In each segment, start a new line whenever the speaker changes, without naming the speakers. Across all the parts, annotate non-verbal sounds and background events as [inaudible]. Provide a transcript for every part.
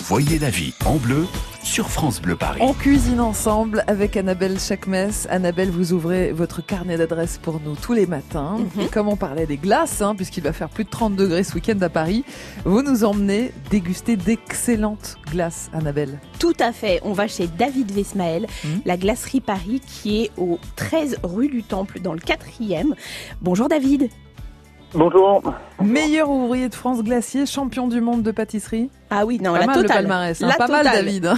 Voyez la vie en bleu sur France Bleu Paris.
On cuisine ensemble avec Annabelle Chakmes. Annabelle, vous ouvrez votre carnet d'adresses pour nous tous les matins.
Mhm.
Et comme on parlait des glaces, hein, puisqu'il va faire plus de 30 degrés ce week-end à Paris, vous nous emmenez déguster d'excellentes glaces, Annabelle.
Tout à fait. On va chez David Vesmael,
Mhm.
la glacerie Paris, qui est au 13 rue du Temple, dans le 4e. Bonjour David.
Bonjour.
Meilleur ouvrier de France glacier, champion du monde de pâtisserie.
Ah oui, non,
pas
la
mal le
totale.
palmarès, hein.
La
pas mal
totale.
David. hein.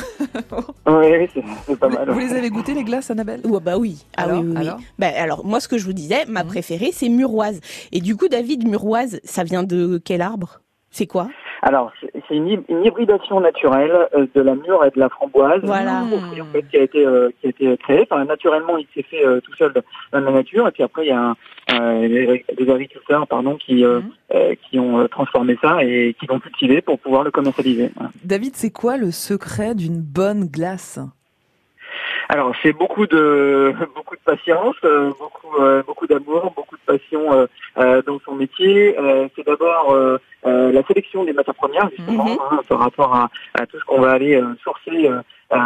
Oui, c'est- c'est pas
Vous-
mal.
Vous les avez goûtées les glaces, Annabelle
Oh, bah oui. Ah
Alors,
oui, oui, oui.
alors
Bah, alors, moi, ce que je vous disais, ma
Mhm.
préférée, c'est Muroise. Et du coup, David, Muroise, ça vient de quel arbre C'est quoi
Alors, c'est c'est une, hy- une hybridation naturelle euh, de la mûre et de la framboise.
Voilà. [laughs]
Un fruit, en fait, qui a été euh, qui a été créé. Enfin, naturellement, il s'est fait euh, tout seul dans la nature. Et puis après, il y a un- euh, les- des agriculteurs, pardon, qui euh,
Mhm.
euh, qui ont euh, transformé ça et qui l'ont cultivé pour pouvoir le commercialiser. Voilà.
David, c'est quoi le secret d'une bonne glace
Alors, c'est beaucoup de [laughs] beaucoup de patience, euh, beaucoup euh, beaucoup d'amour, beaucoup de passion euh, euh, dans son métier. Euh, c'est d'abord euh, euh, la sélection des matières premières, justement,
Mhm.
hein, par rapport à, à tout ce qu'on va aller euh, sourcer euh, euh,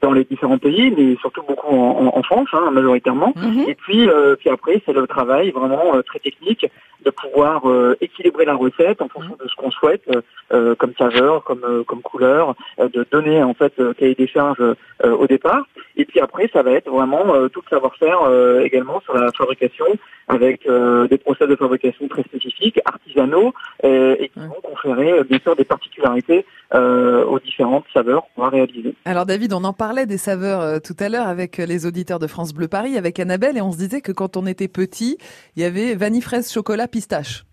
dans les différents pays, mais surtout beaucoup en, en- en France, hein, majoritairement.
Mhm,
Et puis, euh, puis après, c'est le travail vraiment euh, très technique de pouvoir euh, équilibrer la recette en fonction de ce qu'on souhaite, euh, euh, comme saveur, comme euh, comme couleur, euh, de donner en fait euh, cahier des charges euh, au départ. Et puis après, ça va être vraiment euh, tout le savoir-faire euh, également sur la fabrication, avec euh, des process de fabrication très spécifiques, artisanaux, euh, et qui
Ouais.
vont conférer euh, bien sûr des particularités euh, aux différentes saveurs qu'on va réaliser.
Alors David, on en parlait des saveurs euh, tout à l'heure avec euh, les auditeurs de France Bleu Paris, avec Annabelle, et on se disait que quand on était petit, il y avait vanille fraise, chocolat, pistache.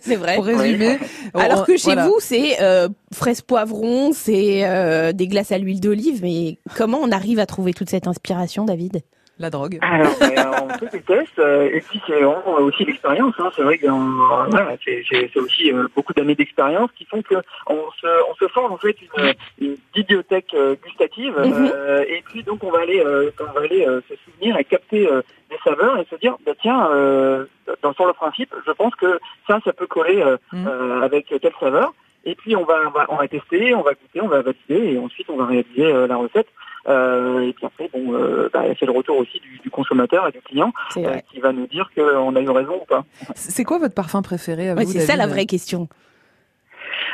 C'est vrai.
Pour résumer. on-
[laughs] Alors que chez
voilà.
vous, c'est euh, fraise poivron, c'est euh, des glaces à l'huile d'olive. Mais comment on arrive à trouver toute cette inspiration, David
La drogue.
Ah.
Alors, ben, on fait des tests, euh, et puis c'est vraiment aussi l'expérience. Hein. C'est vrai que euh, voilà, c'est- c'est c'est aussi euh, beaucoup d'années d'expérience qui font que on se, on se forge en fait une, une bibliothèque euh, gustative,
Mhm.
euh, et puis donc on va aller, euh, on va aller euh, se souvenir et capter euh, des saveurs et se dire, bah, tiens, euh, dans sur le principe, je pense que ça, ça peut coller euh,
Mhm.
euh, avec telle saveur. Et puis on va, on va, on va tester, on va goûter, on va valider, et ensuite on va réaliser euh, la recette. Euh, et puis après, bon, euh, bah, c'est le retour aussi du, du consommateur et du client
C'est
euh,
vrai.
qui va nous dire qu'on a eu raison ou pas.
C'est quoi votre parfum préféré à
Ouais,
Ah bah, vous,
c'est ça
David
la vraie question.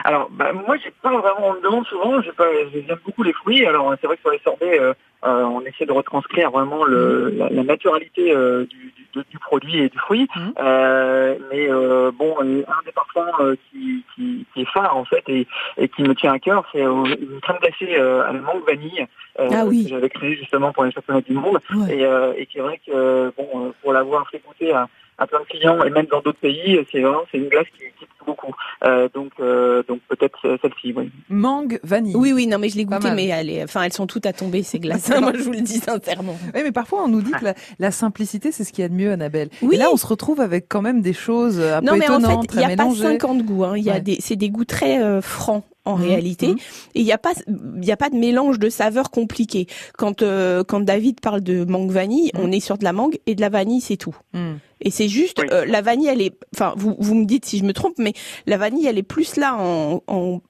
Alors, bah, moi, j'ai pas vraiment, on me demande souvent, j'ai pas- j'aime beaucoup les fruits. Alors, c'est vrai que sur les sorbets, euh, euh, on essaie de retranscrire vraiment le, la, la naturalité euh, du, du- de- du produit et du fruit.
Mhm.
Euh, mais euh, bon, euh, un des parfums euh, qui, qui, qui est phare, en fait, et, et qui me tient à cœur, c'est euh, une crème glacée euh, à la mangue vanille euh,
Ah oui.
que j'avais créée justement pour les championnats du monde. Et, euh, et c'est vrai que euh, bon, euh, pour l'avoir fait goûter à, à plein de clients et même dans d'autres pays, euh, c'est vraiment c'est une glace qui, qui plaît beaucoup. Euh, donc euh, donc peut-être euh, celle-ci, oui.
Mangue, vanille.
Oui, oui, non, mais je l'ai
Pas
goûté,
mal.
mais elle est- enfin, elles sont toutes à tomber ces
[laughs]
glaces. Moi, [laughs] je vous le dis sincèrement.
Oui, mais parfois on nous dit que la, la simplicité, c'est ce qu'il y a de mieux, Annabelle.
Ah. Oui.
Et là, on se retrouve avec quand même des choses euh, un
non,
peu
mais en fait,
étonnantes,
il n'y
très
a pas
mélangées.
50 goûts. Hein. Il y a
Ouais.
des, c'est des goûts très euh, francs en
Mhm,
réalité.
mhm.
Et il n'y a pas, il y a pas de mélange de saveurs compliquées. Quand euh, quand David parle de mangue vanille,
Mhm.
on est sur de la mangue et de la vanille, c'est tout.
Hmm.
Et c'est juste
Oui.
euh, la vanille, elle est. Enfin, vous vous me dites si je me trompe, mais la vanille, elle est plus là en, en-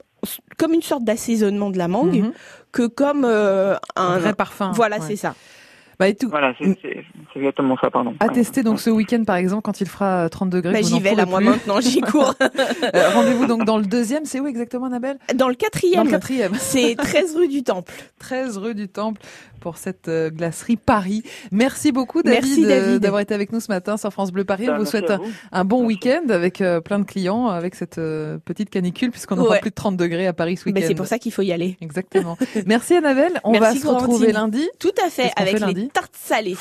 comme une sorte d'assaisonnement de la mangue
Mhm.
que comme euh,
Un
un.
vrai parfum.
voilà,
ouais.
c'est ça.
Bah, et tout.
Voilà, c'est c'est- c'est exactement ça, pardon.
À
Ouais.
tester donc ce week-end par exemple quand il fera euh, 30 degrés.
Bah,
que vous
j'y
n'en
vais là,
pourrez
moi
plus. [laughs]
maintenant, j'y cours.
Euh, Rendez-vous donc dans le deuxième, c'est où exactement Annabelle
Dans le
Dans
quatrième,
le quatrième. [laughs]
c'est 13 rue du Temple.
13 rue du Temple pour cette euh, glacerie Paris. Merci beaucoup David,
Merci, David.
euh, d'avoir été avec nous ce matin sur France Bleu Paris.
Bah,
On vous
merci
souhaite
à
un,
vous.
un bon
Merci.
week-end avec euh, plein de clients, avec cette euh, petite canicule puisqu'on aura
Ouais.
plus de 30 degrés à Paris ce week-end.
Mais c'est pour ça qu'il faut y aller. [laughs]
Exactement. Merci Annabelle. On
Merci,
va se retrouver
Corentine.
lundi.
Tout à fait,
Qu'est-ce qu'on
avec
fait lundi
les tartes salées.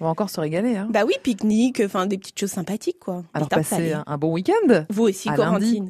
On va encore se régaler. Hein.
Bah oui, pique-nique, enfin des petites choses sympathiques quoi. Des
Alors
tartes
passez
salées.
un, un bon week-end.
Vous aussi,
à lundi.
Corentine.